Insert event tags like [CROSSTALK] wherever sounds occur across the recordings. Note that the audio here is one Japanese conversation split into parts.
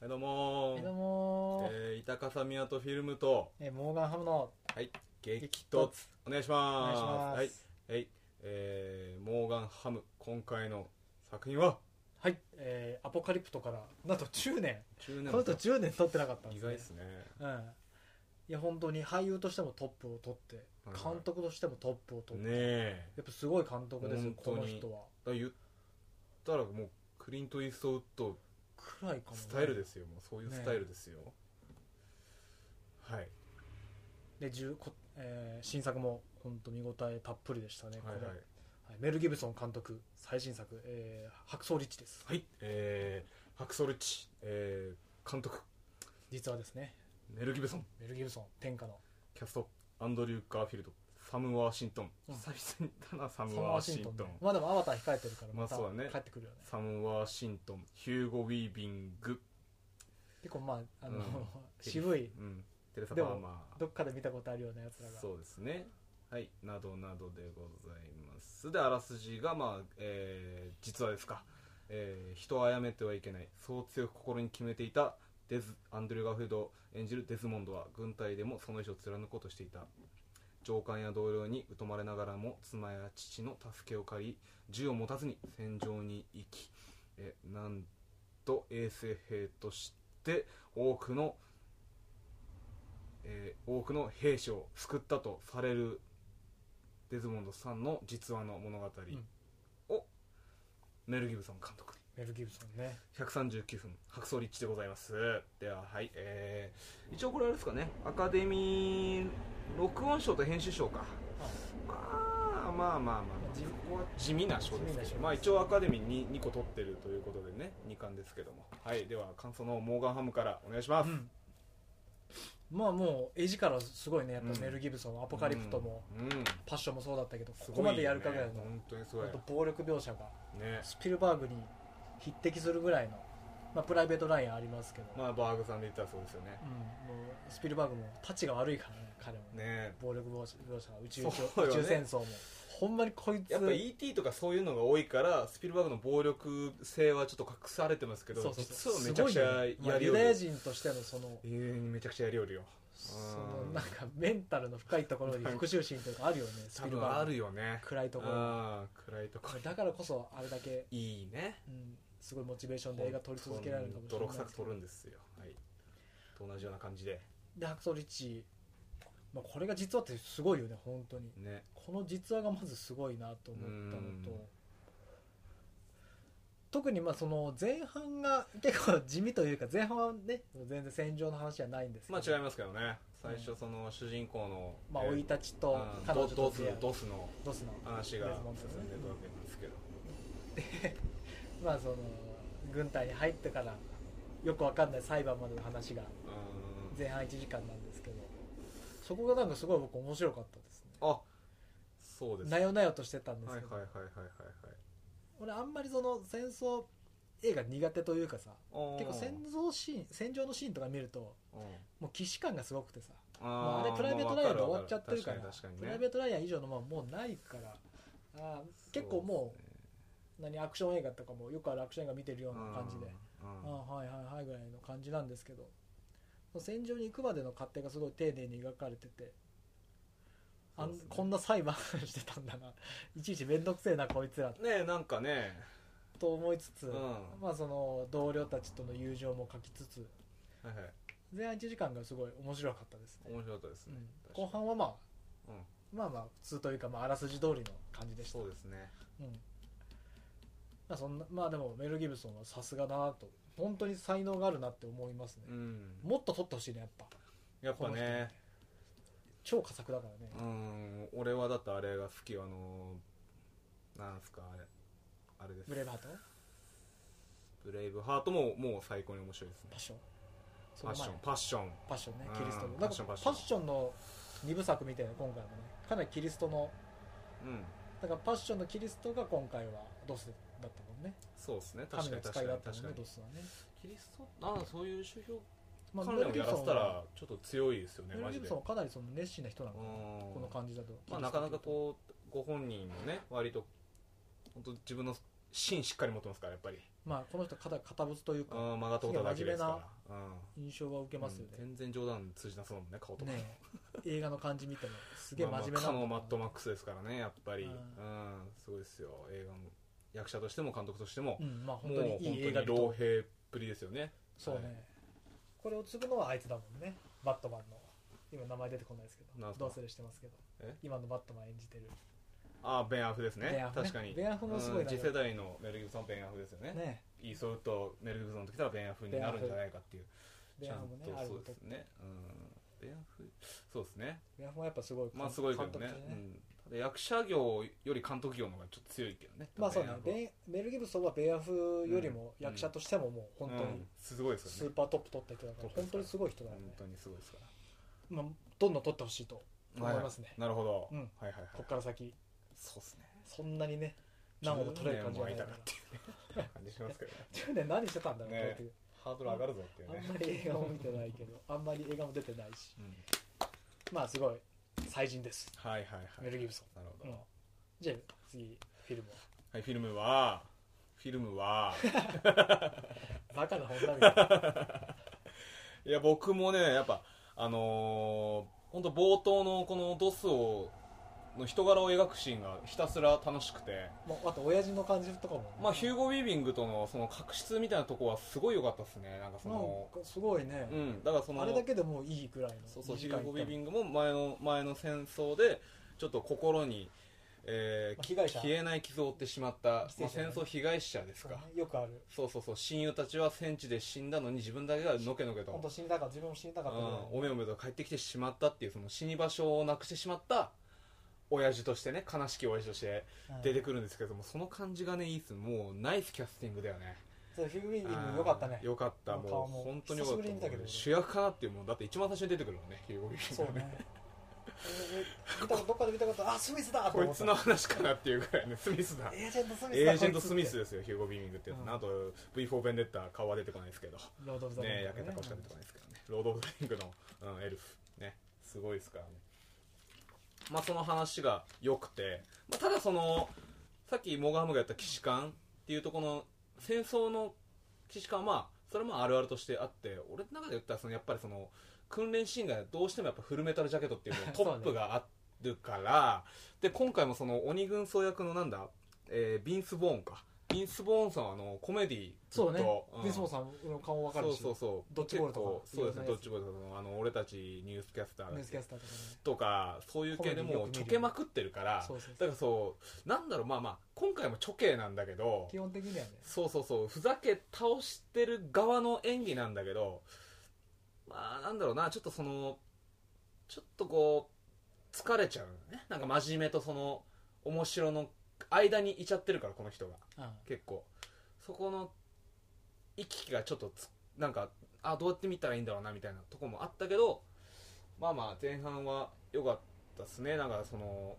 はいどうもーはいどうもーえー、板笠宮とフィルムとえーモーガンハムのはい激突突お願いしますお願いしますはい、はいえー、モーガン・ハム今回の作品ははい、えーアポカリプトからなんと10年10この人10年撮ってなかったんで意す、ね、外ですねうんいや本当に俳優としてもトップを取ってはいはい監督としてもトップを取って、ねえやっぱすごい監督ですよ本当こにの人はだから言ったらもうクリント・イーストウッドくらいかも、ね、スタイルですよもうそういうスタイルですよ、はいで10こ、えー新作も本当見応えたっぷりでしたねこはれいはいはいメル・ギブソン監督最新作「えー白装リッチ」ですはいえー、ハクソルチ、えー、監督実はですねメル・ギブソンメル・ギブソン天下のキャストアンドリュー・ガーフィルドサム・ワーシントン、うん久々にだなササム・マーワワーシシンントトンン、ねまあでもアバター控えてるからまあまたそうだね帰ってくるよねサム・ワーシントンヒューゴ・ウィービング、結構まああの、うん [LAUGHS] 渋いうん、テレサ・でパもーマーどっかで見たことあるようなやつらがそうですねはいなどなどでございますであらすじがまあ、えー実はですか、えー人を殺めてはいけないそう強く心に決めていたデズアンドリュー・ガーフィルドを演じるデズモンドは軍隊でもその意志を貫こうとしていた上官や同僚に疎まれながらも妻や父の助けを借り銃を持たずに戦場に行きえーなんと衛生兵として多くのえー多くの兵士を救ったとされるデズモンドさんの実話の物語を、メル・ギブソン監督メル・ギブソンね139分白装リッチでございますでははいえー一応これあれですかねアカデミー録音賞と編集賞かまあまあまあまあ、まあ、地ここは地味な賞です地味なけ賞どまあ一応アカデミーに2個取ってるということでね2巻ですけどもはいでは感想のモーガンハムからお願いします、うんまあもう絵力すごいねやっぱメル・ギブソン、アポカリプトも、うん、うんパッションもそうだったけどすごいここよねまでやるかぐらいの、本当にすごい本当暴力描写がねスピルバーグに匹敵するぐらいの、まあ、プライベートラインありますけど、まあバーグさんで言ったらそうですよねうん、もうスピルバーグもタチが悪いからね彼もねね暴力描写描写宇宙,、そうよね宇宙戦争もほんまにこいつやっぱ E.T. とかそういうのが多いからスピルバーグの暴力性はちょっと隠されてますけどそうそう実そうはめちゃくちゃやりすごいよねまあよユるダヤよ人としてのそのえめちゃくちゃやりよるよそのなんかメンタルの深いところに復讐心というかあるよねス多ピル分バあーグるよね暗いところああ暗いところだからこそあれだけ、いいねうん、すごいモチベーションで映画撮り続けられるかもしれない泥臭く撮るんですよはいと同じような感じででハクソーリッチ、まあ、これが実話ってすごいよね本当にねこの実話がまずすごいなと思ったのうんと特にまあその前半が結構地味というか前半はね全然戦場の話じゃないんですけどまあ違いますけどね最初その主人公のまあ生い立ちとうん彼ド女ドとス出会うドスのドスの話が進んでいくわけなんですけどまあその軍隊に入ってからよくわかんない裁判までの話がうん前半1時間なんですけどそこがなんかすごい僕面白かったですねあそうですなよなよとしてたんですはいけはいど、はいはい俺あんまりその戦争映画苦手というかさはいはい結構戦争シーン戦場のシーンとか見るともう既視感がすごくてさあーまあ、あれプライベートライアンで終わっちゃってるからまあわるわる確かに確プかライにベねートライアン以上のもんもうないからあー結構もう何アクション映画とかもよくあるアクション映画見てるような感じでうんあーはいはいはいぐらいの感じなんですけど戦場に行くまでの過程がすごい丁寧に描かれてて、あんそうですねこんな裁判してたんだない [LAUGHS] ちいち面倒くせえなこいつらねえなんかねと思いつつ、うんまあその同僚たちとの友情も書きつつはいはい前半1時間がすごい面白かったですね、面白かったですうねん確かに後半はまあうんまあまあ普通というか、まあ、あらすじ通りの感じでしたそうですねうんまあ、そんなまあでもメル・ギブソンはさすがだなと本当に才能があるなって思いますねう、んもっと取ってほしいねやっぱやっぱね超佳作だからね、うん俺はだってあれが好きよあのなんすかあれあれですブレイブハートブレイブハートももう最高に面白いですねパッションそパッのシ前ョンパッションパッションねうんキリストのパなッんショかンパパッションッションの2部作みたいな今回もねかなりキリストのうんだからパッションのキリストが今回はドスだったもんねそうですね確か神のに確使かいにだったも確んかねにドスはね、キリストああそういう指標まあ、彼らをやらせたはらちょっと強いですよねメル・マギジブでソンはかなりその熱心な人なのかなここの感じだと、まあなかなかこうご本人もね割と本当自分の芯しっかり持ってますからやっぱりまあこの人肩堅物というかうん曲がったことはだけですかいやら、うん印象は受けますよね,、全然冗談通じなそうだもんね顔とか、ねえ映画の感じ見てもすげえ真面目なまあまあかのんだマなットマックスですからねやっぱり、ううんんすごいですよ映画も役者としても監督としても、うんまあ本もう当本に当いい映に画老兵っぷりですよねそうね、はいこれを継ぐのはあいつだもんねバットマンの今名前出てこないですけなどんすかどうするしてますけどえ今のバットマン演じてるああベン・アフですねベンアフね確かにベンアフもすごいなうん次世代のメル・ギブソンベン・アフですよねねイーソルとメル・ギブソンときたらベン・アフになるんじゃないかっていうベアフもねちゃあんるとそうとですねうんベン・アフそうですねベアフもやっぱすごいまあすごいけどね監督としてうん、ただ役者業より監督業の方がちょっと強いけどねまあそうねベンアフはベンメル・ギブソンはベアフよりもうん役者としてももう本当うにんすごいですスよーねパートップ取った人だからトップ本当にすごい人だよ本ね、当にすごいですからまあ、どんどん取ってほしいと思いますね、なるほど、うんはいはいはいここから先そうですねそんなにね何本も取れる感じじゃないから10年も空いたなっていう感じしますけどね [LAUGHS] 10年何してたんだろうねねっていうハードル上がるぞっていうあねんまり映画も見てないけどあんまり映画も出てないしうんまあすごい才人ですはいはいはいメル・ギブソなるほど、ン、うんじゃあ次フィルムをはいフィルムはフィルムはバカな本だみた [LAUGHS] いないや僕もねやっぱあのー、本当冒頭のこのドスをの人柄を描くシーンがひたすら楽しくてもうあと親父の感じとかもね、まあヒューゴ・ウィービングとのその確執みたいなとこはすごい良かったですねなんかそのなんかすごいね、うんだからそのあれだけでもういいくらいのそうそう2ヒ時ル間ゴビビいっングも前の前の戦争でちょっと心に、えーまあ被害者消えない傷を負ってしまった、まあ、犠牲者ね戦争被害者ですたかもんねよくあるそうそうそう親友たちは戦地で死んだのに自分だけがのけのけと本当死にたかった自分も死にたかったぐらいのうんおめおめと帰ってきてしまったっていうその死に場所をなくしてしまった親父としてね悲しき親父としてうん出てくるんですけども、その感じがねいいっすもうナイスキャスティングだよねそうヒュー・ウィービングよかったねあーよかったもう顔もうも本当によかっ久しぶりに見たたけどもう主役かなっていうもんだって一番最初に出てくるもんねヒルゴビビングそうね見たことどっかで見たことあスミスだとこい思っつたの話かなっていうぐらいね、スミスだ。エージェント・スミスだエージェント・こいつってスミスですよ、ヒューゴ・ビーミングっていうの、うんあと V4 ベンデッタ、顔は出てこないですけど、ねロード・オブ・ザ・リング焼けた顔しか出てこないですけどね、ロード・オブ・ザ・リングの、うん、エルフ、ね、すごいですからね。まあ、その話が良くて、まあ、ただその、さっきモーガンハムがやった騎士艦っていうとこの、戦争の騎士艦は、まあ、それもあるあるとしてあって、俺の中で言ったらその、やっぱりその、訓練シーンがどうしてもやっぱフルメタルジャケットっていうの [LAUGHS] そうトねップがあるから、で今回もその鬼軍曹役のなんだ、えービンス・ボーンかビンス・ボーンさんはあのコメディそうねうんビスモさんの顔もわかるしそうそうそうドッジボールとか結構そうですねいろんなやつドッジボールとかあの俺たちニュースキャスターだっニけュースキャスターとかとかそういう系でコメディもようく見るちょけまくってるからそうそうそうだからそうなんだろうまあまあ今回もちょけなんだけどね基本的にはねそうそうそうふざけ倒してる側の演技なんだけどまあなんだろうなちょっとそのちょっとこう疲れちゃうのねなんか真面目とその面白の間にいちゃってるからこの人がうん結構そこの行き来がちょっとつなんかあどうやって見たらいいんだろうなみたいなとこもあったけどまあまあ前半は良かったですねなんかその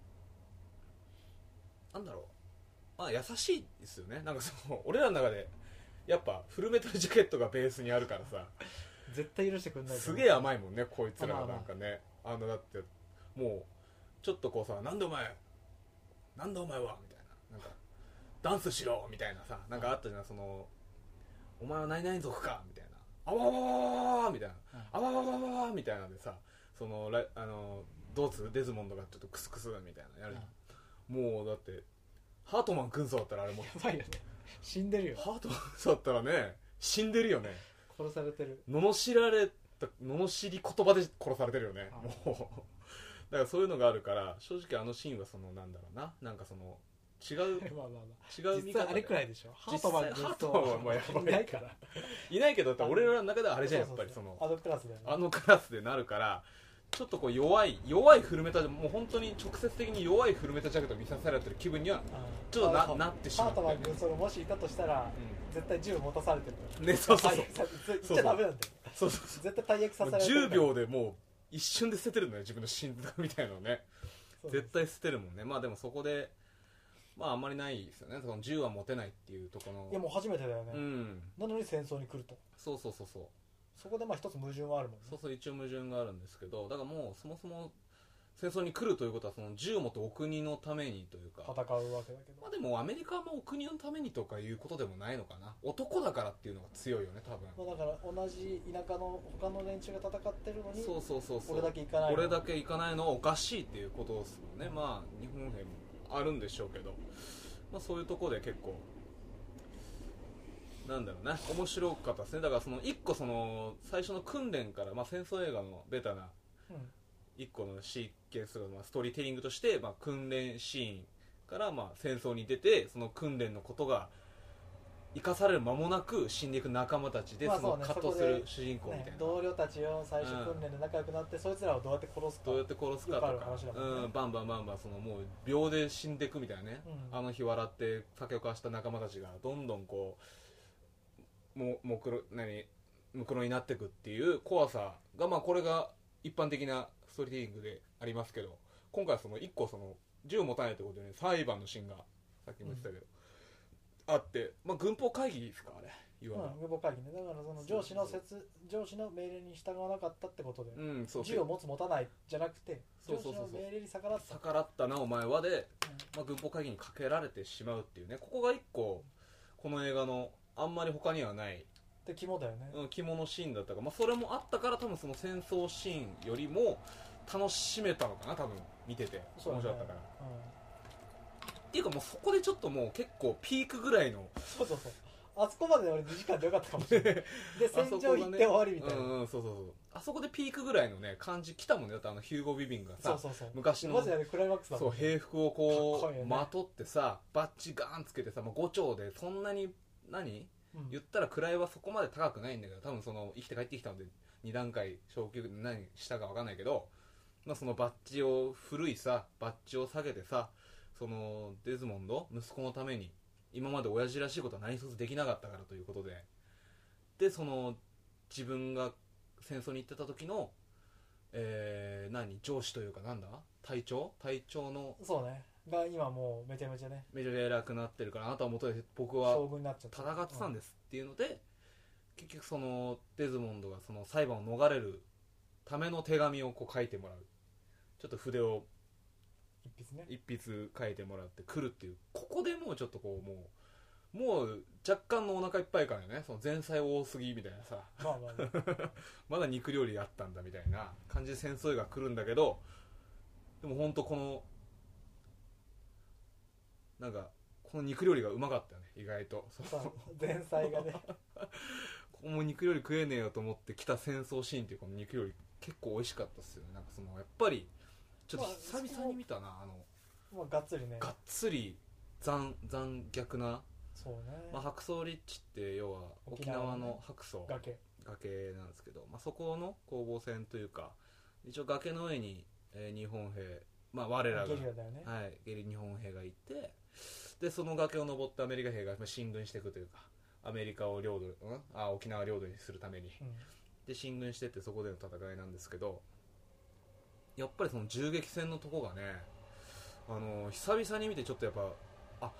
なんだろうまあ優しいですよねなんかその俺らの中でやっぱフルメタルジャケットがベースにあるからさ絶対許してくれないすげえい甘いもんねこいつらはなんかねあのだってもうちょっとこうさ「なんでお前なんでお前は」みたいななんか「ダンスしろ」みたいなさなんかあったじゃんその「お前は何々族か」みたいな「あわわわわわ」みたいな「あわわわわわ」みたいなんでさそのライあのドーツデズモンドがちょっとクスクスみたいなやるじゃんもうだってハートマン軍曹だったらあれもうやばいよね死んでるよハートマン軍曹だったらね死んでるよね殺されてる [LAUGHS] 罵られた罵り言葉で殺されてるよねはいもうだからそういうのがあるから正直あのシーンはそのなんだろうななんかその [LAUGHS] 違うまあまあまあ違う見実は方あれくらいいでしょハ実ー際トマンハートマンはもうやばいいないからいないけどだって俺らの中ではああれじゃんやっぱりそのアドクラスだよねあのクラスでなるからちょっとこう弱い弱いフルメタでもう本当に直接的に弱いフルメタジャケットを見させられてる気分にはうんちょっとなハートマンなってしまってハートマン軍曹がもしいたとしたら絶対銃持たされてるからねそうそうそうはい言っちゃダメなんだよそうそうそ絶対退役さうもうせられてる10から秒でもう一瞬で捨ててるのね自分の心臓みたいなのをねそう絶対捨てるもんねまあでもそこでまああんまりないですよねその銃は持てないっていうところのいやもう初めてだようねんなのに戦争に来るとそうそうそうそうそこでまあ一つ矛盾はあるもんねそうそう一応矛盾があるんですけどだからもうそもそも戦争に来るということはその銃を持ってお国のためにというか戦うわけだけどまあでもアメリカはまあお国のためにとかいうことでもないのかな男だからっていうのが強いよね多分まあ、だから同じ田舎の他の連中が戦ってるのにそうそうそうそう俺だけ行かない俺だけ行かないのはおかしいっていうことですもんねまあ日本兵もあるんでしょうけど、まあ、そういうとこで結構なんだろうな面白かったですねだからその一個その最初の訓練から、まあ、戦争映画のベタなうん一個のシーケンスが、まあ、ストーリーテリングとして、まあ、訓練シーンから、まあ、戦争に出てその訓練のことが生かされる間もなく死んでいく仲間たちで、まあそのそうね葛藤すそこるで主人公みたいねな、同僚たちを最初訓練で仲良くなって、そいつらをどうやって殺すかどうやって殺すかとよくあかる話だもんねうん、バンバンバンバンそのもう秒で死んでいくみたいなね、うんあの日笑って酒を交わした仲間たちがどんどんこうももくろ何むくろになっていくっていう怖さがまあこれが一般的なストーリーティングでありますけど今回はその一個その銃を持たないってことで、ね、裁判のシーンがさっきも言ってたけど、あって、まあ、軍法会議ですかあれいわまばあ、無謀会議ねだからその上司の説上司の命令に従わなかったってことで、うんそう銃を持つ持たないじゃなくてそうそうそうそう上司の命令に逆らった逆らったなお前はでうんまあ、軍法会議にかけられてしまうっていうねここが一個この映画のあんまり他にはない、って肝だよね、うん、肝のシーンだったから、まあ、それもあったから多分その戦争シーンよりも楽しめたのかな多分見ててそう面だね白かったから、っていうかもうそこでちょっともう結構ピークぐらい [LAUGHS] のそうそうそうあそこまで俺2時間でよかったかもし [LAUGHS] れないであ戦そこ場がね行って終わりうみたいな、んうんそうそうそうあそこでピークぐらいのね感じ来たもんねだってあのヒューゴ・ビビンがそさうそうそう昔のマジであれクライマックスだそもうん平服をこかっこいいうよねまとってさバッチガーンつけてさ、まあ、5丁でそんなに何うん言ったら位はそこまで高くないんだけど多分その生きて帰ってきたので2段階昇級何したか分かんないけど、まあ、そのバッジを古いさバッジを下げてさそのデズモンド息子のために今まで親父らしいことは何一つできなかったからということででその自分が戦争に行ってた時の、えー何上司というかなんだ隊長隊長のそうねが今もうめちゃめちゃねめちゃめちゃ偉くなってるからあなたは元で僕は将軍になっちゃった戦ってたんでですっていうので、結局そのデズモンドがその裁判を逃れるための手紙をこう書いてもらうちょっと筆を一筆ね一筆書いてもらって来るっていうここでもうちょっとこうもうもう若干のお腹いっぱい感よねその前菜多すぎみたいなさまあまあ、まあ、まだ肉料理あったんだみたいな感じで戦争が来るんだけどでも本当このなんかこの肉料理がうまかったよね意外とそさのあ前菜が [LAUGHS] ねここも肉料理食えねえよと思って来た戦争シーンっていうこの肉料理結構美味しかったっすよねなんかそのやっぱりちょっと久々に見たなあのまあがっつりねがっつり残残虐な、そうね、まあ、白草立地って要は沖縄沖縄ののね白草崖崖なんですけど、まあ、そこの攻防戦というか一応崖の上に、えー日本兵まあ我らがゲリラだよね、はい、ゲリ日本兵がいてでその崖を登ったアメリカ兵がまあ進軍していくというかアメリカを領土、うん、あ沖縄領土にするためにうんで進軍してってそこでの戦いなんですけどやっぱりその銃撃戦のとこがねあの久々に見てちょっとやっぱあ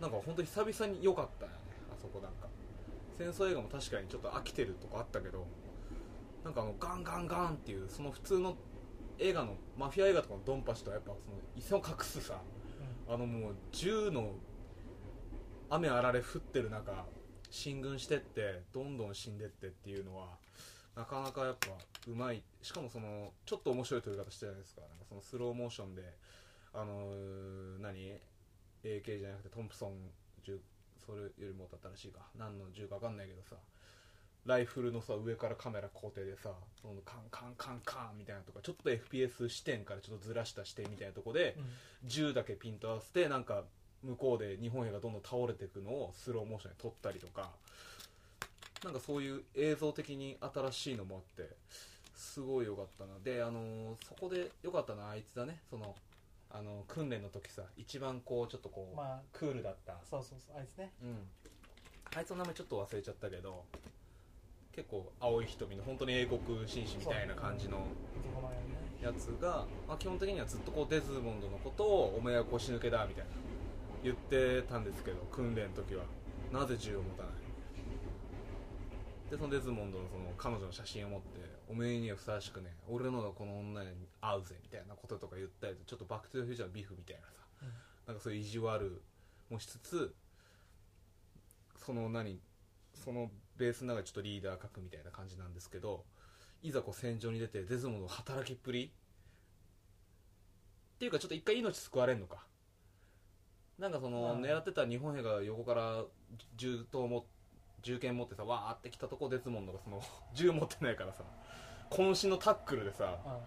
なんか本当久々に良かったよねあそこなんか戦争映画も確かにちょっと飽きてるとこあったけどなんかあのガンガンガンっていうその普通の映画のマフィア映画とかのドンパチとはやっぱその一線を隠すさうんあのもう銃の雨あられ降ってる中進軍してってどんどん死んでってっていうのはなかなかやっぱうまいしかもそのちょっと面白い撮り方してるじゃないですかなんかそのスローモーションであのー何 AK じゃなくてトンプソン銃それよりもだったらしいか何の銃か分かんないけどさライフルのさ上からカメラ固定でさそのカンカンカンカンみたいなとかちょっと FPS 視点からちょっとずらした視点みたいなとこで、うん銃だけピント合わせてなんか向こうで日本兵がどんどん倒れていくのをスローモーションで撮ったりとかなんかそういう映像的に新しいのもあってすごい良かったなであのーそこで良かったなあいつだねそのあの訓練の時さ一番こうちょっとこう、まクールだったあそうそうそうあいつねうんあいつの名前ちょっと忘れちゃったけど結構青い瞳の本当に英国紳士みたいな感じの男前よねやつが、まあ、基本的にはずっとこうデズモンドのことを「お前は腰抜けだ」みたいな言ってたんですけど訓練の時はなぜ銃を持たないでそのデズモンドのその彼女の写真を持って「おめえにはふさわしくね俺のがこの女に合うぜ」みたいなこととか言ったりとちょっと「バック・トゥ・ザ・フューチャー」のビーフみたいなさ、うんなんかそういう意地悪もしつつその何そのベースの中でちょっとリーダー格みたいな感じなんですけどいざこう戦場に出てデズモンドの働きっぷりっていうかちょっと一回命救われんのかなんかそのうん狙ってた日本兵が横から銃刀も銃剣持ってさわーって来たとこデズモンドがその [LAUGHS] 銃持ってないからさ渾身のタックルでさあ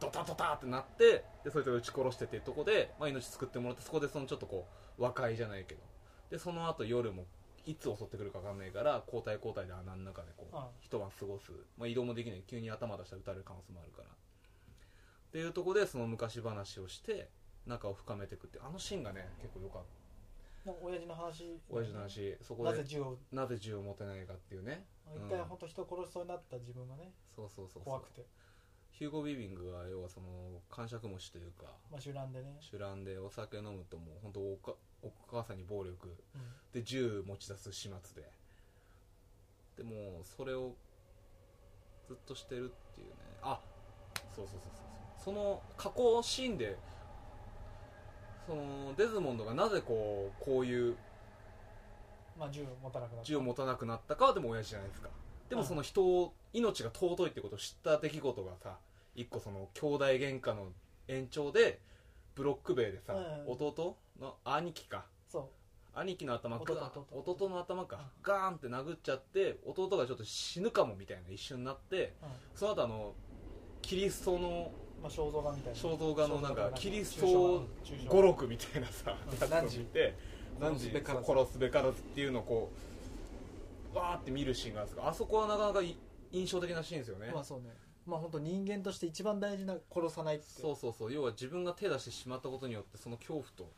ドタドタってなってでそれと撃ち殺してっていうとこで、まあ、命救ってもらってそこでそのちょっとこう和解じゃないけどでその後夜もいつ襲ってくるか分かんないから交代交代で穴の中でこうあ一晩過ごす、まあ、移動もできない急に頭出したら撃たれる可能性もあるからっていうとこでその昔話をして仲を深めていくってあのシーンがね結構良かったなんか親父の話親父の話そこなぜで銃をなぜ銃を持てないかっていうね一回本当人殺しそうになった自分がねそうそうそうそう怖くて、ヒューゴ・ビービングは要はその感触持ちというかまあ、集団でね、酒乱でお酒飲むともう本当おかお母さんに暴力うんで銃持ち出す始末ででもうそれをずっとしてるっていうねあそうそうそうそうそうその加工シーンでそのデズモンドがなぜこうこういうまあ、銃を持たなくなった銃を持たなくなったかはでも親父じゃないですかでもその人を命が尊いってことを知った出来事がさ一個その兄弟喧嘩の延長でブロック塀でさ、うん弟の兄貴かそ兄貴の頭が弟弟弟の頭か、ガーンって殴っちゃって弟がちょっと死ぬかもみたいな一瞬になってう、うんその後あのキリストのまあ、肖像画みたいな肖像画のなんかキリスト語ゴロ録みたいなさうんやつを見て何何時時殺すべからずっていうのをこうわーって見るシーンがあるんですけどあそこはなかなかい印象的なシーンですよねまあそうねまあ本当人間として一番大事な殺さないってそうそうそう要は自分が手出してしまったことによってその恐怖とも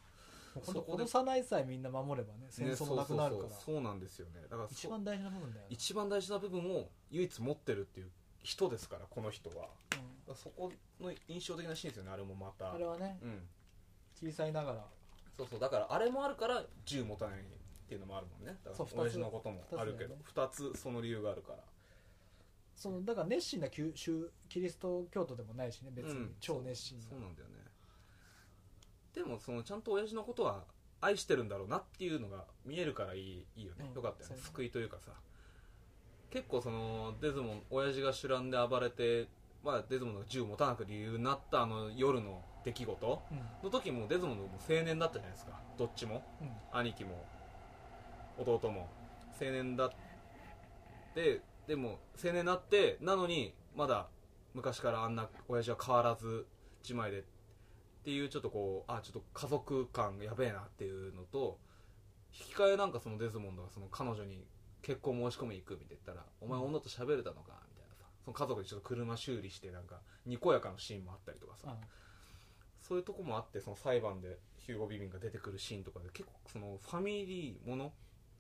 う本当そこで殺さないさえみんな守ればね戦ね争もなくなるかそうそら、うそうそうなんですよねだからそ一番大事な部分だよね一番大事な部分を唯一持ってるっていう人ですからこの人はだかうんらそこの印象的なシーンですよねあれもまたあれはねうん小さいながらそうそうだからあれもあるから銃持たないっていうのもあるもんねだかそうら親二つ父のこともあるけど二2つ,、その理由があるからそのだから熱心な旧宗キリスト教徒でもないしね別に、うん超熱心なそうなんだよねでもそのちゃんと親父のことは愛してるんだろうなっていうのが見えるからいいいいよね、うんよかったよそねう救いというかさ結構そのデズモン親父が主乱で暴れて、まあ、デズモンドが銃を持たなく理由になったあの夜の出来事うのん時もデズモンドも青年だったじゃないですかどっちもうん兄貴も弟も青年だってでも青年になってなのにまだ昔からあんな親父は変わらず一枚でっていうちょっとこうあちょっと家族感やべえなっていうのと引き換えなんかそのデズモンドがその彼女に結婚申し込みに行くみたいな言ったら「お前女と喋れたのか」みたいなさその家族でちょっと車修理してなんかにこやかなシーンもあったりとかさあそういうとこもあってその裁判でヒューゴ・ビビンが出てくるシーンとかで結構そのファミリーもの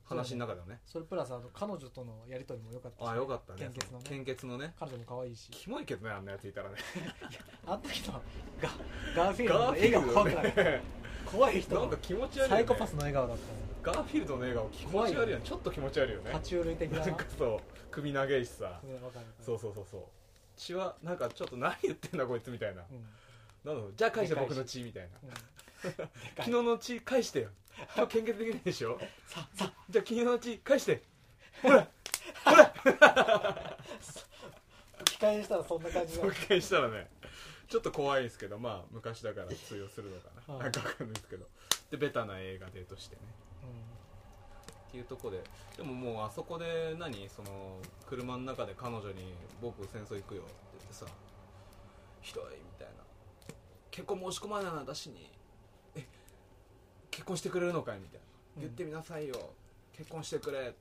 話の中ではねそれプラスあの彼女とのやり取りも良かったしああよかったね献血のね献血のね彼女も可愛いしキモいけどねあんなやついたらねあの時のガガーフィールドの笑顔怖くないね怖い人なのんか気持ち悪いよ、ね、サイコパスの笑顔だったねガーフィールドの笑顔気持ち悪いよねちょっと気持ち悪いよね爬虫類的ななんかそう首長いしさねわかるそうそうそうそう血はなんかちょっと何言ってんだこいつみたいなうんうんなのじゃあ返して僕の血みたいなでかい昨日の血返してよ今日献血できないでしょささじゃあ昨日の血返して吹き返したらそんな感じだ尊敬したらねちょっと怖いですけどまあ昔だから通用するのかな、はいなんかわかんないですけどでベタな映画でとしてねうっていうとこででももうあそこで何その車の中で彼女に「僕戦争行くよ」って言ってさ「ひどい」みたいな「結婚申し込まない私にえ結婚してくれるのかい?」みたいな「うん言ってみなさいよ結婚してくれ」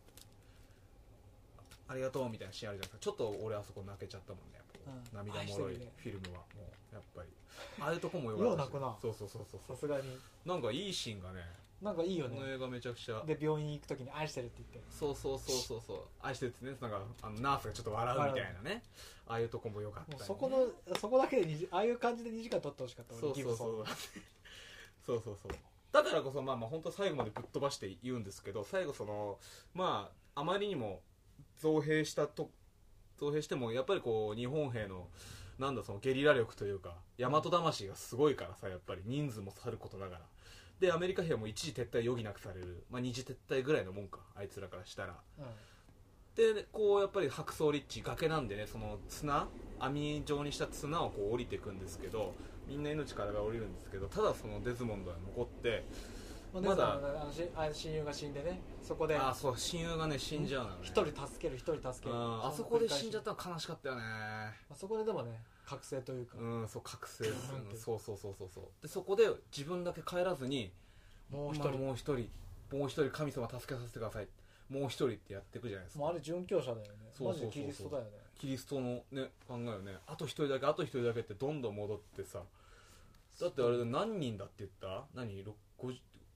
ありがとうみたいなシーンあるじゃないですかちょっと俺あそこ泣けちゃったもんねやっぱうん涙もろい愛してるねフィルムはもうやっぱりああいうとこもよかったしよう泣くそうそうそうそうんさすがになんかいいシーンがねなんかいいよこのね映画めちゃくちゃで病院行く時に「愛してる」って言ってそうそうそうそうそう愛してるってねなんかあのナースがちょっと笑うみたいなねああいうとこも良かったもようねそこのそこだけで二時ああいう感じで2時間撮ってほしかったそうそうそうそうそうそうだからこそまあまあ本当最後までぶっ飛ばして言うんですけど最後そのまああまりにも造兵したと造兵してもやっぱりこう日本兵のなんだそのゲリラ力というか大和魂がすごいからさやっぱり人数もさることながらでアメリカ兵も一時撤退余儀なくされる、まあ、二次撤退ぐらいのもんかあいつらからしたらでこうやっぱり白草立地崖なんでねその綱網状にした綱をこう降りていくんですけどみんな命からが降りるんですけどただそのデズモンドは残ってうんまだあのしあの親友が死んでねそこでああそう親友がね死んじゃうのよね一人助ける一人助けうるんあそこで死んじゃったたの悲しかったよねあそこででもね覚醒というか、うんそう覚醒ガーンってうんそうそうそうそうそうでそこで自分だけ帰らずにもう一まあ人、もう一人もう一人神様助けさせてくださいもう一人ってやっていくじゃないですかもうあれ殉教者だよねそうそうそうそうマジでキリストだよねキリストのね考えをねあと一人だけあと一人だけってどんどん戻ってさだってあれで何人だって言った何ろ50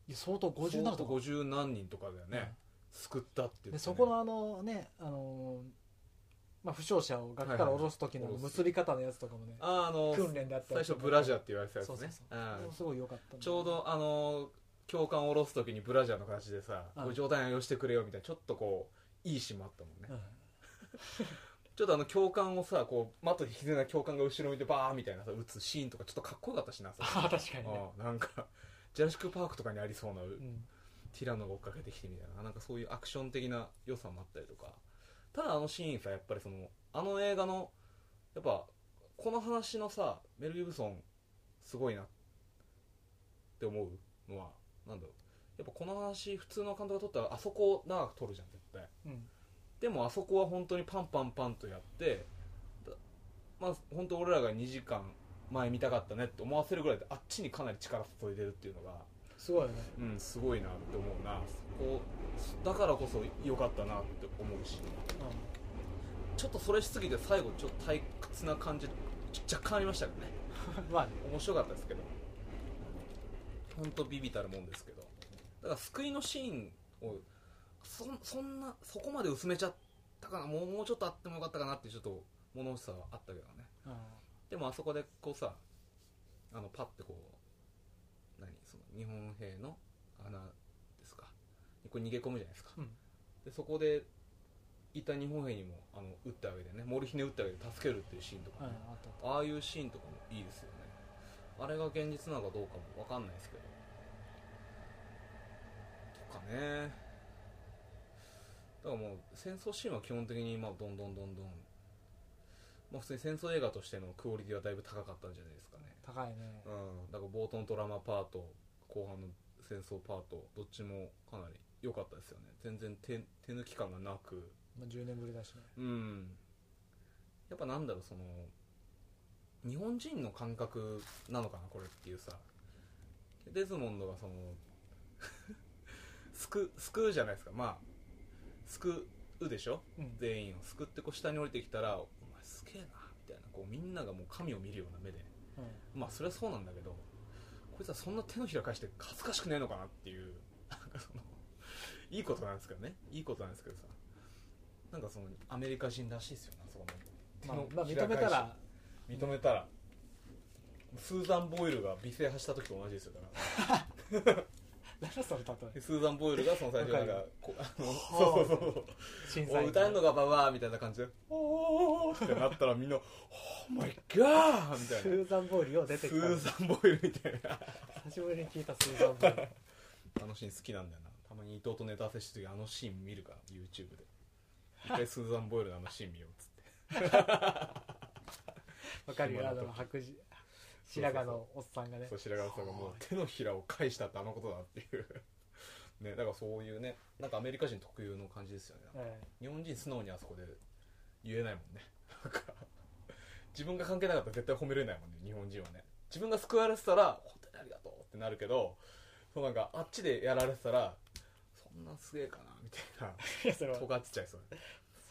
いや相当50な相る当とか50何人とかだよね、救ったって言って、ね、でそこのあのねあのーまあ、負傷者を崖から下ろす時のはいはい結び方のやつとかもね、ああの訓練であった最り初ブラジャーーって言われてたやつねそうそうそううんすごい良かったんだちょうどあの教官を下ろす時にブラジャーの形でさうん「こう冗談よしてくれよ」みたいなちょっとこういいシーンもあったもんね、うんちょっとあの教官をさこう的引きずりな教官が後ろ見てバーみたいなさ打つシーンとかちょっとかっこよかったしなさああ確かにね、うんなんかジャラシック・パークとかにありそうなうん、ティラノが追っかけてきてみたいななんかそういうアクション的な良さもあったりとかただあのシーンさやっぱりそのあの映画のやっぱこの話のさメル・ギブソンすごいなって思うのはなんだろうやっぱこの話普通の監督が撮ったらあそこを長く撮るじゃん絶対うんでもあそこは本当にパンパンパンとやってだまあ本当俺らが2時間前見たかったねって思わせるぐらいであっちにかなり力注いでるっていうのがすごいよねうん、すごいなって思うなこうだからこそ良かったなって思うし [LAUGHS] ちょっとそれしすぎて最後ちょっと退屈な感じ若干ありましたけどねうんまあね面白かったですけど本当ビビたるもんですけどだから救いのシーンをそそんなそこまで薄めちゃったかなもうもうちょっとあってもよかったかなってちょっと物欲しさはあったけどねうでもあそこでこうさあのパッてこう何その日本兵の穴ですかにこう逃げ込むじゃないですか、うんでそこでいた日本兵にもあの撃ってあげてねモルヒネ撃ってあげて助けるっていうシーンとかん、うん、あね、ったあったああいうシーンとかもいいですよねあれが現実なのかどうかも分かんないですけどとかねだからもう戦争シーンは基本的にまあどんどんどんどんまあ普通に戦争映画としてのクオリティはだいぶ高かったんじゃないですかね高いねうんだから冒頭のドラマパート後半の戦争パートどっちもかなり良かったですよね全然手手抜き感がなくまあ10年ぶりだしねうんやっぱなんだろうその日本人の感覚なのかなこれっていうさデズモンドがその救う救うじゃないですかまあ救うでしょうん全員を救ってこう下に降りてきたら「お前すげえな」みたいなこうみんながもう神を見るような目でうまあそれはそうなんだけどこいつはそんな手のひら返して恥ずかしくねえのかなっていうなんかそのいいことなんですけどねいいことなんですけどさなんかそのアメリカ人らしいですよなそこんまあの、まあ、手の認ひめ返たしら認めたらスーザン・ボイルが美声派した時と同じですよだから何だその例えでスーザン・ボイルがその最初なんかわかこうあのそうはあそうそうそう審お査員歌えるのがババアみたいな感じで「おー」ってなったらみんな「Oh my god!」みたいスなーザン・ボイルよう出スてきたーザン・ボイルみたいな久しぶりに聞いたスーザン・ボ [LAUGHS] イルあのシーン好きなんだよなたまに伊藤とネタ合わせしてる時あのシーン見るから YouTube で一回スーザン・ボイルのあのシーン見ようっつってわかるよ島あのの白人白髪のおっさんがねそう白川さんがもう手のひらを返したってあのことだっていう [LAUGHS] ねだからそういうねなんかアメリカ人特有の感じですよねええ日本人素直にあそこで言えないもんねなんか [LAUGHS] 自分が関係なかったら絶対褒めれないもんね日本人はね自分が救われてたら本当にありがとうってなるけどそうなんかあっちでやられてたらそんなすげえかなみたいないやそれは尖っちゃいそう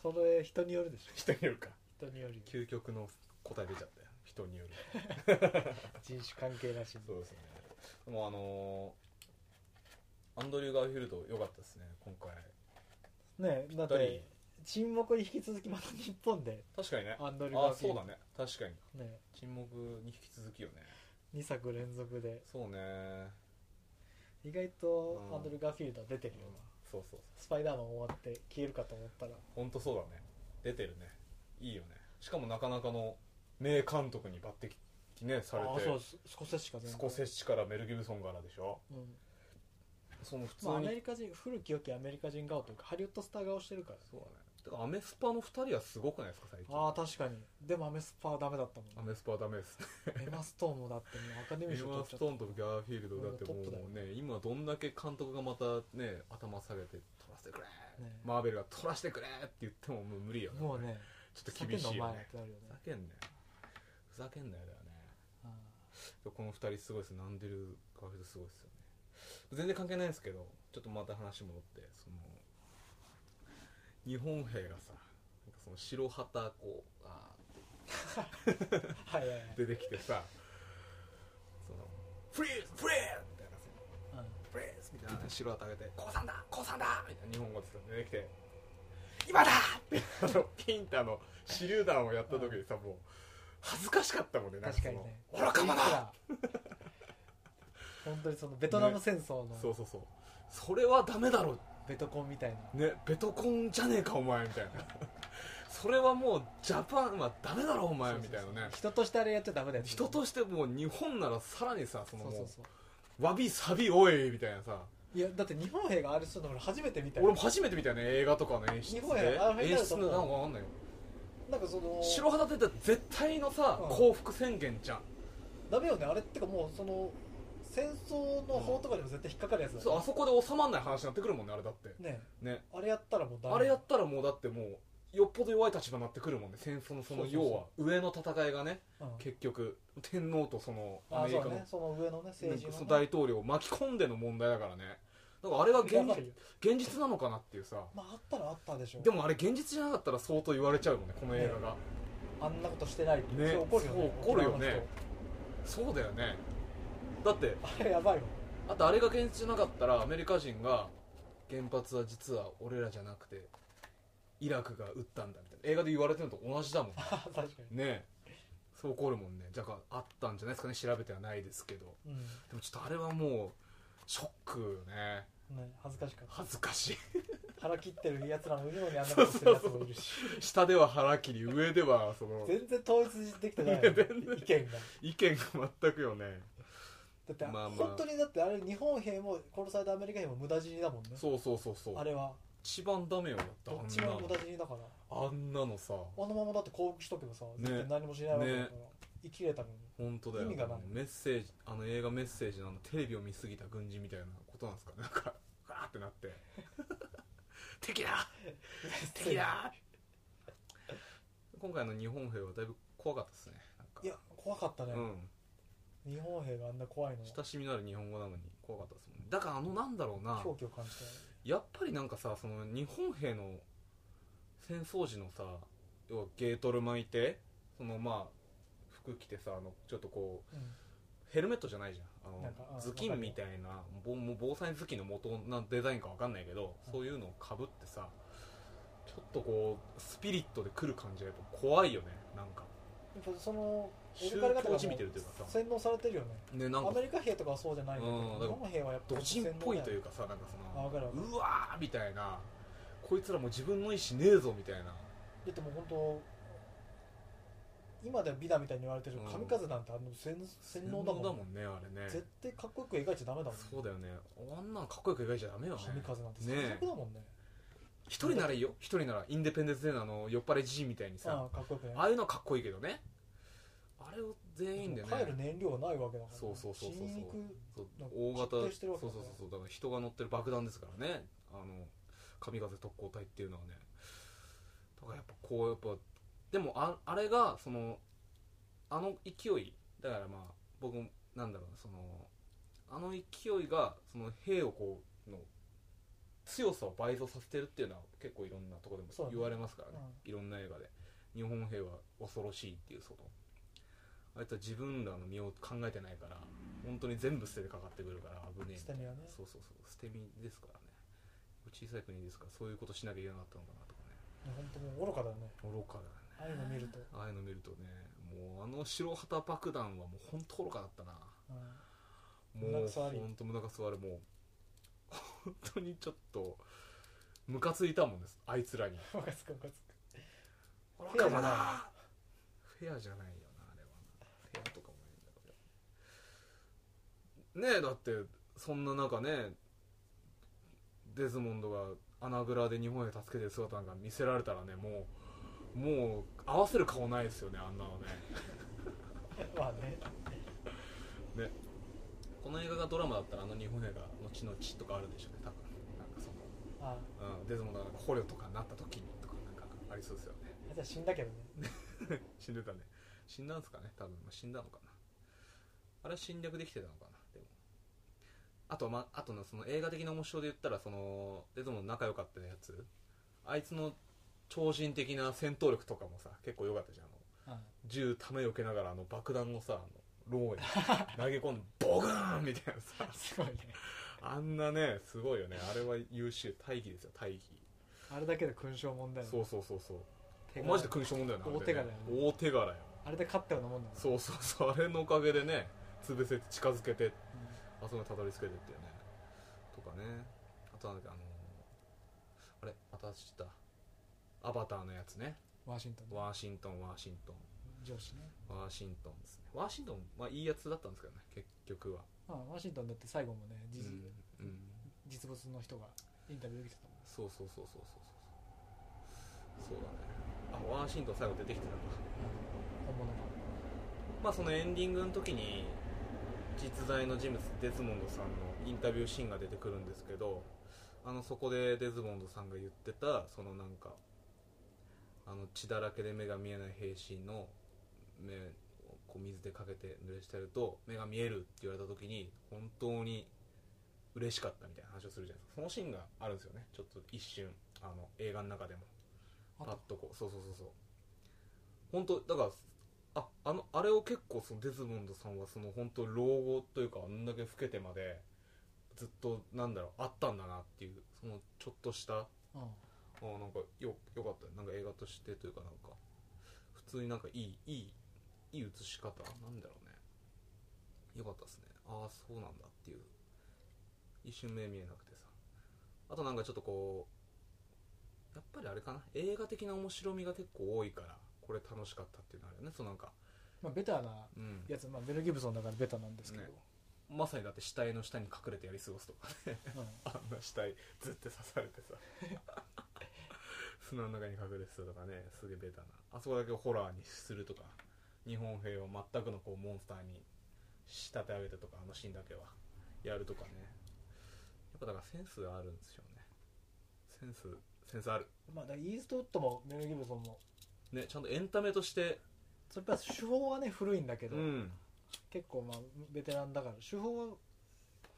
それ人によるでしょ人によるか人によるよ究極の答え出ちゃったよ人による人種関係なしにそうですねでもあのーアンドリュー・ガーフィールド良かったですね今回ねえだ二っ人て沈黙に引き続きまた日本で確かにねアンドリュー・あガあーフそィーうルだね確かにドね沈黙に引き続きよね2作連続でそうね意外とアンドリュー・ガーフィールドは出てるよそうそうスパイダーマン終わって消えるかと思ったら本当そうだね出てるねいいよねしかもなかなかの名監督に抜擢ねされああそうてです少ししか全スコセッシからメル・ギブソンからでしょうんその普通まあ、アメにリカ人古き良きアメリカ人顔というかハリウッドスター顔してるからそうだねてかアメスパの2人はすごくないですか最近ああ確かにでもアメスパはダメだっ [LAUGHS] たもアんねメスパはダメですねエマストーンもだってもうアカデエミー賞取マ・っちスゃったトーンとガーフィールドだってもトップだようね今どんだけ監督がまたね頭下げて撮らせてくれ、ねマーベルが撮らせてくれって言ってももう無理よねもうねちょっと厳しい酒のよ前っねてなるよふねざけんなよふざけんなよだよねあこの2人すごいですナンデル・ガーフィールドすごいですよね全然関係ないんですけどちょっとまた話戻ってその日本兵がさなんかその白旗こうあーーはいはいはい、出てきてさそのフリーズフリーズみたいなそのフレーズみたいな白旗上げて「降参だ降参だ!」みたいな日本語で出てきて「今だ!」ってあのピンタの手榴弾をやった時にさもう恥ずかしかったもんねうん、なんそ確かにのね「愚か者だ!」 [LAUGHS] 本当にそのベトナム戦争のそうそうそうそれはダメだろベトコンみたいな、ねベトコンじゃねえかお前みたいな [LAUGHS] それはもうジャパンはダメだろお前そうみそうたそいうなね人としてあれやっちゃダメだよ人としてもう日本ならさらにさそのそうもそううそうわびさびおいみたいなさいやだって日本兵があれするの俺初めて見たよ俺も初めて見たよね映画とかの演出日本でやあの辺演だ出との思うなんかわかんないよなんかその白旗って言ったら絶対のさ、うん幸福宣言じゃんダメよねあれってかもうその戦争の法とかにも絶対引っかかるやつだよねそうあそこで収まんない話になってくるもんねあれだってねねあれやったらもうダメあれやったらもうだってもうよっぽど弱い立場になってくるもんね戦争のそのそうそうそう要は上の戦いがねうん結局天皇とそのあアメリカそうの,、ねその上のねその政治のね、大統領を巻き込んでの問題だからねだからあれが現わかるよ現実なのかなっていうさまああったらあったでしょでもあれ現実じゃなかったら相当言われちゃうもんねこの映画が、あんなことしてないって、ねそう怒るよねそう怒るよね沖縄のそうだよねだって人あれやばいよあとあれが現実じゃなかったらアメリカ人が原発は実は俺らじゃなくてイラクが撃ったんだみたいな映画で言われてるのと同じだもんね [LAUGHS] 確かね [LAUGHS] えそう怒るもんねじゃああったんじゃないですかね調べてはないですけどに、うでもちょっとあれはもうショックよねんね、恥ずかしかった恥ずかしい [LAUGHS] 腹切ってるやつらもいるのにあんなことしてるやつもいるし下では腹切り上ではその全然統一できてないよねね全然意見が意見が全くよねだって、まあまあ本当にだってあれ日本兵も殺されたアメリカ兵も無駄死にだもんねそうそうそうそうあれは一番ダメよだってどっちも無駄あ死にだからんなのあんなのさあのままだって降伏しとけばさ、ね絶対何もしないわけだから、ね生きれたのに本当だよ意味がないメッセージあの映画メッセージのあのテレビを見すぎた軍人みたいなことなんですかねなんかガーってなって [LAUGHS] 敵だ敵だ今回の日本兵はだいぶ怖かったですねなんかいや怖かったね、う日本兵があんな怖いのん親しみのある日本語なのに怖かったですもんねだからあのなんだろうな狂気を感じたよねやっぱりなんかさその日本兵の戦争時のさ要はゲートル巻いてそのまあ服着てさあのちょっとこううヘルメットじゃないじゃんあなのんかうん頭巾みたいなぼもう防災頭巾の元なデザインかわかんないけど、うんそういうのをかぶってさちょっとこうスピリットで来る感じがやっぱ怖いよねなんかんやっぱその宗描かれ方教がじみてるというかさ洗脳されてるよねねなんアかメリカ兵とかはそうじゃないけど、うんだ日から本兵はやっぱドジンっぽいといううかさなんかそあのわかるわかるうわーみたいなこいつらもう自分の意思ねえぞみたいなだってもう本当今では美だみたいに言われてるうん神風なんてあの洗洗脳だもん,、ねあれね絶対かっこよく描いちゃダメだもんそうだよねあんなんかっこよく描いちゃダメよね神風なんてね最悪だもんね一人ならいいよ一人ならインデペンデンスデーのあの酔っ払いじじいみたいにさ、ああかっこよくねああいうのはかっこいいけどねあれを全員でね帰る燃料がないわけだから、そうそうそうそうそう死にに行くそうなんか大型実験してるわそけうだそうそからうそうだから人が乗ってる爆弾ですからねあの神風特攻隊っていうのはねだからやっぱこうやっぱでもああれがそのあの勢いだからまあ僕もなんだろうなそのあの勢いがその兵をこうの強さを倍増させてるっていうのは結構いろんなとこでもそうだね言われますからねいろんな映画で日本兵は恐ろしいっていうそのあいつは自分らの身を考えてないから本当に全部捨ててかかってくるから危ねえ捨て身はねそうそうそう捨て身ですからね小さい国ですからそういうことしなきゃいけなかったのかなとかねいや本当もう愚かだよね愚かだねああいうの見ると、ああいうの見るとねもうあの白旗爆弾はもう本当愚かだったなうんもう胸くそ悪い本当胸が座るもう本当にちょっとムカついたもんですあいつらにムカつくムカつくフフェェアアじじゃないゃないフェアじゃないよなあれはなフェアとかもないんだからねえだってそんな中ねデズモンドが穴蔵で日本へ助けてる姿なんか見せられたらねもうもう合わせる顔ないですよねあんなのね [LAUGHS] まあねこの映画がドラマだったらあの日本映画後々とかあるでしょうね多分なんかそあの、うん、デズモンドが捕虜とかになった時にとかなんかありそうですよねあいつは死んだけどね死んでたね死んだんすかね多分まあ死んだのかなあれは侵略できてたのかなでもあと,、まあとのその映画的な面白で言ったらそのデズモンド仲良かったやつあいつの超人的な戦闘力とかもさ結構良かったじゃんあのあ銃ためよけながらあの爆弾をさあの [LAUGHS] ローに投げ込んでボグーンみたいなさあすごいねあんなねすごいよねあれは優秀大義ですよ大義あれだけで勲章問題そうそうそうそう手柄マジで勲章もんだよなあれね大手柄だよね大手柄よあれで勝ったようなもんだもんねそうそうそうあれのおかげでね潰せて近づけてうんあそこにたどり着けてっていうねとかねあとなんだっけあのーあれまた知ったアバターのやつねワシントンワシントンワシント上司ねンワシントンですねワシントンまあいいやつだったんですけどね結局はまあワシントンだって最後もねう実,、ん、うん、実物の人がインタビューできてたもんそうそうそうそうそうそうそうだねあワシントン最後出てきてたんだ本物がまあそのエンディングの時に実在の人物デズモンドさんのインタビューシーンが出てくるんですけどあのそこでデズモンドさんが言ってたそのなんかあの血だらけで目が見えない兵士の目をこう水でかけて濡れしてやると目が見えるって言われた時に本当に嬉しかったみたいな話をするじゃないですかそのシーンがあるんですよねちょっと一瞬あの映画の中でもあパッととこうそうそうそうそう本当だからああのあれを結構そのデズモンドさんはその本当老後というかあんだけ老けてまでずっとなんだろうあったんだなっていうそのちょっとしたあうんなんかよよかったよなんか映画としてというかなんか普通になんかいいいいいい映し方なんだろうねよかったですねああそうなんだっていう一瞬目見えなくてさあとなんかちょっとこうやっぱりあれかな映画的な面白みが結構多いからこれ楽しかったっていうのはあるよねそのなんか、まあベタなうん、やつ、まあ、ベル・ギブソンだからベタなんですけど、ねまさにだって死体の下に隠れてやり過ごすとかねうん [LAUGHS] あんな死体ずって刺されてさ [LAUGHS] 砂の中に隠れてたとかねすげえベタなあそこだけホラーにするとか日本兵を全くのこうモンスターに仕立て上げてとかあのシーンだけはやるとかねやっぱだからセンスあるんですよねセンスセンスあるまあ、だからイーストウッドもベル・ギブソンもねちゃんとエンタメとしてそれプラス手法はね古いんだけど、うん結構まあベテランだから手法は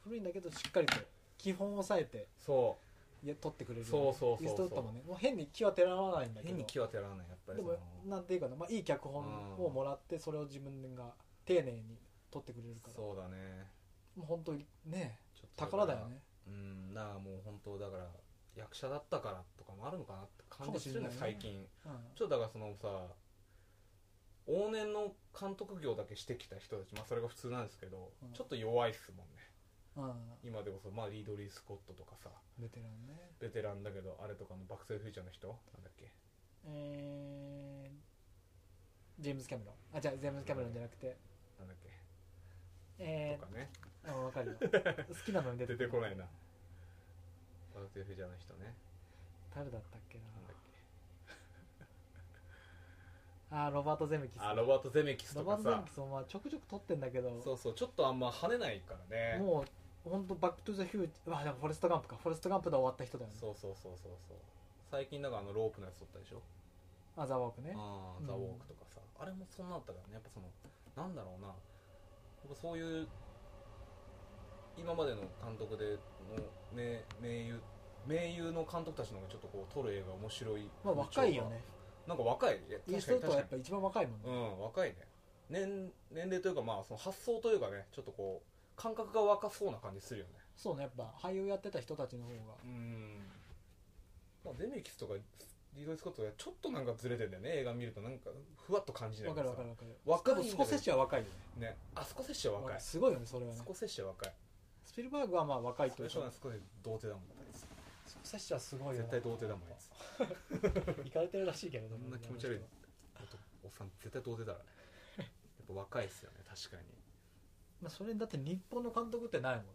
古いんだけどしっかりと基本を抑えてそいや取ってくれるそうそうそうそうイーストウッドもねもう変に気はてらわないんうだけど変に気は手らわないやっぱりでそのもなんていうかな、まあ、いい脚本をもらってそれを自分が丁寧に取ってくれるからそうだねもう本当にねちょっとから宝だよねうんだからもう本当だから役者だったからとかもあるのかなって感じするねかもしれない最ね近うんちょっとだからそのさ往年の監督業だけしてきた人たちまあそれが普通なんですけど、うんちょっと弱いっすもんねうん今でこそまあリードリー・スコットとかさベテランねベテランだけどあれとかの「バック・トゥ・フューチャー」の人なんだっけえー、ジェームズ・キャメロンあじゃあジェームズ・キャメロンじゃなくてなんだっけ、えとかねー、うんわかるよ [LAUGHS] 好きなのに出て出てこないなバック・トゥ・フューチャーの人ね誰だったっけななんだっけあーロバート・ゼメキスあロバート・ゼメキスロとバかート・ゼメさキスもまあちょくちょく撮ってんだけどそうそうちょっとあんま跳ねないからねもう本当バック・トゥ・ザ・フューチャーまあでもフォレスト・ガンプかフォレスト・ガンプで終わった人だよねそうそうそうそうそう最近だからあのロープのやつ撮ったでしょアザー・ワークねあうんあザ・ウォークとかさ、あれもそんなだったからねやっぱそのなんだろうなやっぱそういう今までの監督での名名優名優の監督たちの方がちょっとこう撮る映画面白いまあ若いよねなんか若いイーやストウ確かにッドは確やっかぱ一番若いもんにうねん若いね年年齢というかまあその発想というかねちょっとこう感覚が若そうな感じするよねそうねやっぱ俳優やってた人たちの方がうん、まあ、デメキスとかリードリー・スコットがちょっとなんかずれてんだよね映画見るとなんかふわっと感じないわかるわかるわかる若いんだでけもどスコセッシは若いよねねあスコセッシは若いすごいよねそれはねスコセッシは若いスピルバーグはまあ若いという最初はか少し童貞だもんあいつスコセッシはすごい絶よな対童貞だもんあいつ行かれてるらしいけれどこんもな気持ち悪いおっさん絶対童貞だからね [LAUGHS] やっぱ若いっすよね確かにまあ、それにだって日本の監督ってないもんね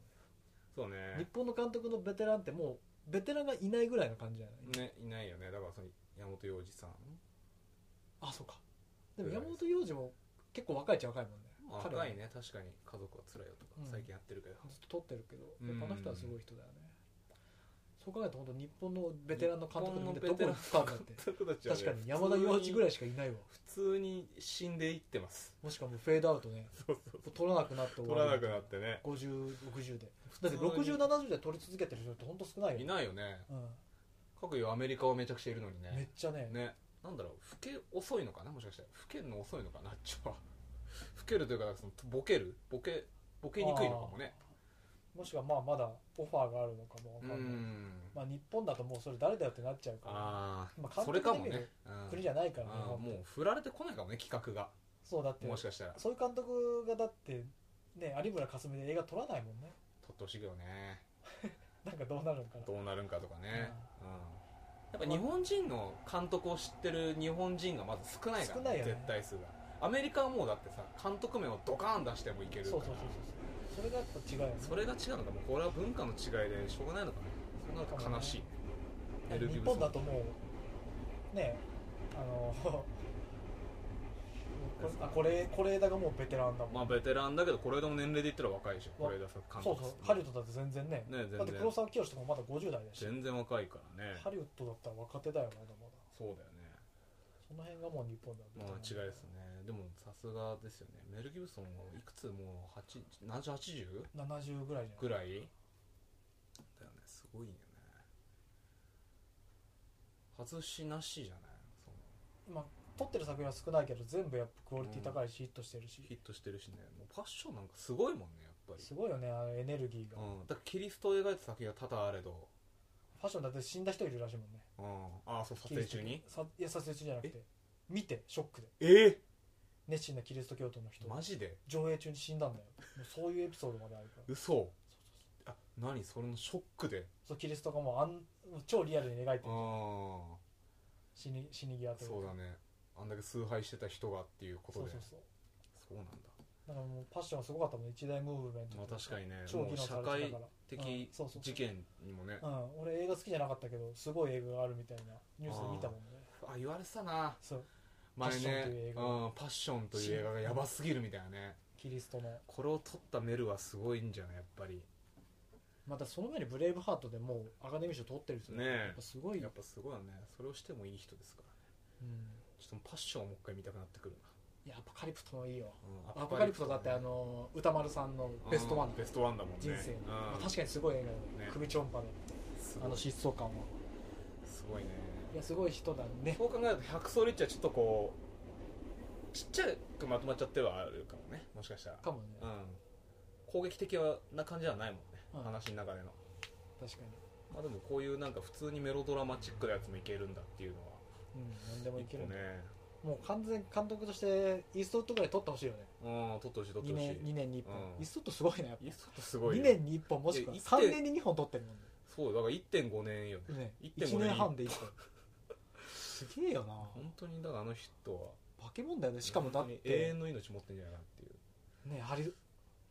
そう日ね本の監督のベテランってもうベテランがいないぐらいの感じじゃない、ねいないよねだからその山本洋次さんあそうかでも山本洋次も結構若いっちゃ若いもんねまあ彼は若いね確かに家族は辛いよとかうん最近やってるけどずっと撮ってるけどうんやっぱあの人はすごい人だよねそう考えると本当日本のベテランの監督日っ本のてベどこテランに使うん [LAUGHS] だって確か確かに山田洋次ぐらいいしかいないわ普通に死んでいってますもしかもうフェードアウトねそうそう撮らなくなって終取わらるなくなってね5060でだって普通に6070で撮り続けてる人って本当少ないよいないよねうん各有アメリカはめちゃくちゃいるのにめっねちゃねねなんだろう老け遅いのかなもしかしたら老けるの遅いのかなあっちは [LAUGHS] 老けるというかそのボケるボケボケにくいのかもねもしくはまあまだオファーがあるのかもわうかんない、んまあ、日本だともうそれ誰だよってなっちゃうかあまああそれかも監督ねらうん国じゃないからねあーもう振られてこないかもね企画がそうだってもしかしたらそういう監督がだってね有村架純で映画撮らないもんね撮ってほしいけどねなんかどうなるのかなどうなるんかとかね、うん、やっぱ日本人の監督を知ってる日本人がまず少ないから、少ないよね絶対数がアメリカはもうだってさ監督名をドカーン出してもいけるかそうそうらそうそうそれがやっぱ違うよねそれが違うのかもうこれは文化の違いでしょうがないのかねそうなると悲しい、ね、なんか日本だともうねあ [LAUGHS] のこれあこれ是枝がもうベテランだもん、まあベテランだけどこれでも年齢で言ったら若いでしょわ是枝さん監そう督そうハリウッドだって全然ねね全然だって黒沢清とかもまだ50代だし全然若いからねハリウッドだったら若手だよまだまだそうだよねその辺がもう日本だまあ違いですねでもさすがですよねメル・ギブソンはいくつもう8 70 80? 70ぐらいじゃぐないらいだよねすごいよね外しなしじゃないその今撮ってる作品は少ないけど全部やっぱクオリティ高いしヒットしてるし、ヒットしてるしねもうファッションなんかすごいもんねやっぱりすごいよねあのエネルギーが、うん、だからキリストを描いた先が多々あれど、ファッションだって死んだ人いるらしいもんねうん、ああそう撮影中にキリストさいや撮影中じゃなくて見てショックでええ熱心なキリスト教徒の人マジで上映中に死んだんだよもうそういうエピソードまであるから嘘あ何それのショックでそうキリストがもうあんもう超リアルに描いてあるあ死に死に際というかそうだねあんだけ崇拝してた人がっていうことそうでそうそうそうなんだだからもうパッションはすごかったもん一大ムーブメントまあ確かにね超も議う論社されてたから会うん的そうそう事件にもねうん、俺映画好きじゃなかったけどすごい映画があるみたいなニュースで見たもんねあ言われてたなそう前ね「パッションといううんパッション」という映映画画がやばすぎるみたいなねキリストのこれを撮ったメルはすごいんじゃないやっぱりまたその前に「ブレイブハート」でもうアカデミー賞取ってるんですよねえやっぱすごいやよっ、ぱすごいよねそれをしてもいい人ですからねうん、ちょっとパッションをもう一回見たくなってくるいやアパカリプトもいいよな、アパカリプトだってあの歌丸さんのベストワンうんベストワンだもんね人生の、うんまあ確かにすごい映画だよ、ね首ちょんぱのすあごのい疾走感はすごいねいやすごい人だねそう考えると百層リッチはちょっとこうちっちゃくまとまっちゃってはあるかもねもしかしたらかもね、うん攻撃的な感じはないもんねうん話の中での確かまあでもこういうなんか普通にメロドラマチックなやつもいけるんだっていうのはにうん何でもいける一個ねもう完全に監督としてイーストウッドぐらい撮ってほしいよねうん撮ってほしい撮って2ほしい年2年に1本、うんイーストウッドすごいなやっぱいやちょっとすごい2よ年に1本もしくはいや3年に2本撮ってるもんねそうだから1.5年よねね、 1.5 1年半で1本すげえよな本当にだからあの人は化け物だよねしかもだっ本当に永て遠の命持ってんじゃないかなっていねハリ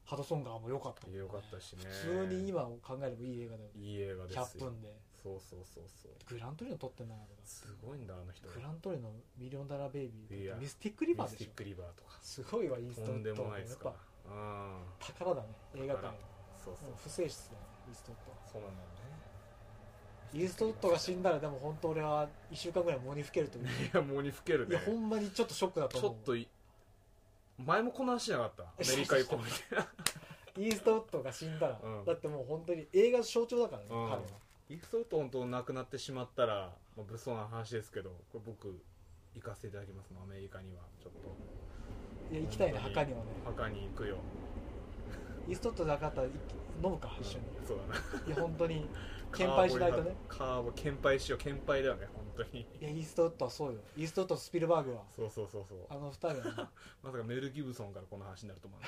ハドソンガーも良かったもんねうよかったしね普通に今を考えればいい映画だよねいい映画ですよ100分でそうそうそうそうグラントリノ撮ってんだからすごいんだあの人グラントリノミリオンダラーベイビいーやミスティックリバミースでテしィょックリバーとかすごいわイースとトウんッでドもはないやですっからぱうん宝だね映画界のそうそううん不正室だねイーストウッドはそうなんだよねイーストウッドが死んだらでも本当俺は1週間ぐらい喪にふけるといういやもうにふけるいやねほんまにちょっとショックだとちょ思っうとい前もこの話じゃなかったアメリカ行こうみたいなイーストウッドが死んだら、うんだってもう本当に映画の象徴だからね、うん彼はイフソウト本当亡くなってしまったら、まあ、物騒な話ですけどこれ僕行かせていただきますもんアメリカにはちょっといや行きたいね本当に墓にはね墓に行くよイーストウッドじゃなかったらい飲むか一緒にうんそうだないや本当に献杯しないとねカーボンカーボン献杯しよう献杯だよね本当当にいやイーストウッドはそうよイーストウッドとスピルバーグはそうそうそうそうあの二 [LAUGHS] 人はなまさかメル・ギブソンからこの話になると思わ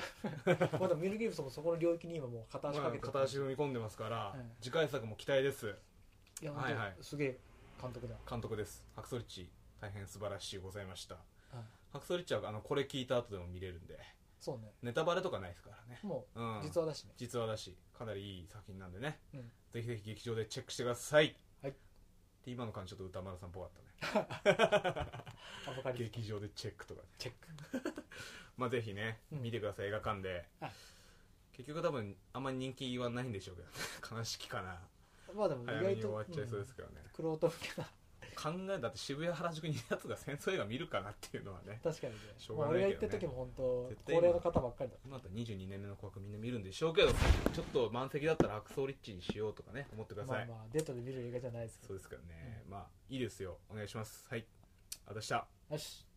ないまだミル・ギブソンもそこの領域に今もう片足まかあけてる片足踏み込んでますから、はい次回作も期待ですいや本当にはいはいすげえ監督だ、監督ですハクソリッチ大変素晴らしいございましたはいハクソリッチはあのこれ聞いた後でも見れるんでそうねネタバレとかないですからねもう、うん実話だしね実話だしかなりいい作品なんでね、うんぜひぜひ劇場でチェックしてください、はいで今の感じちょっと歌丸さんっぽかったねアボカリ劇場でチェックとかねチェックまあぜひね、うん見てください映画館であ結局多分あんまり人気はないんでしょうけどね [LAUGHS] 悲しきかな [LAUGHS] まあでも早め意外にと終わっちゃいそうですけどね、クロート向けな考えだって渋谷原宿にいるやつが戦争映画見るかなっていうのはね確かにねしょうまがあないけどね俺が行った時も本当絶高対今齢の方ばっかりだ今だったら22年目の告白みんな見るんでしょうけどちょっと満席だったら悪ソリッチにしようとかね思ってください、まあまあデートで見る映画じゃないですけそどうですからね、まあいいですよお願いしますはいありがとうございましたよし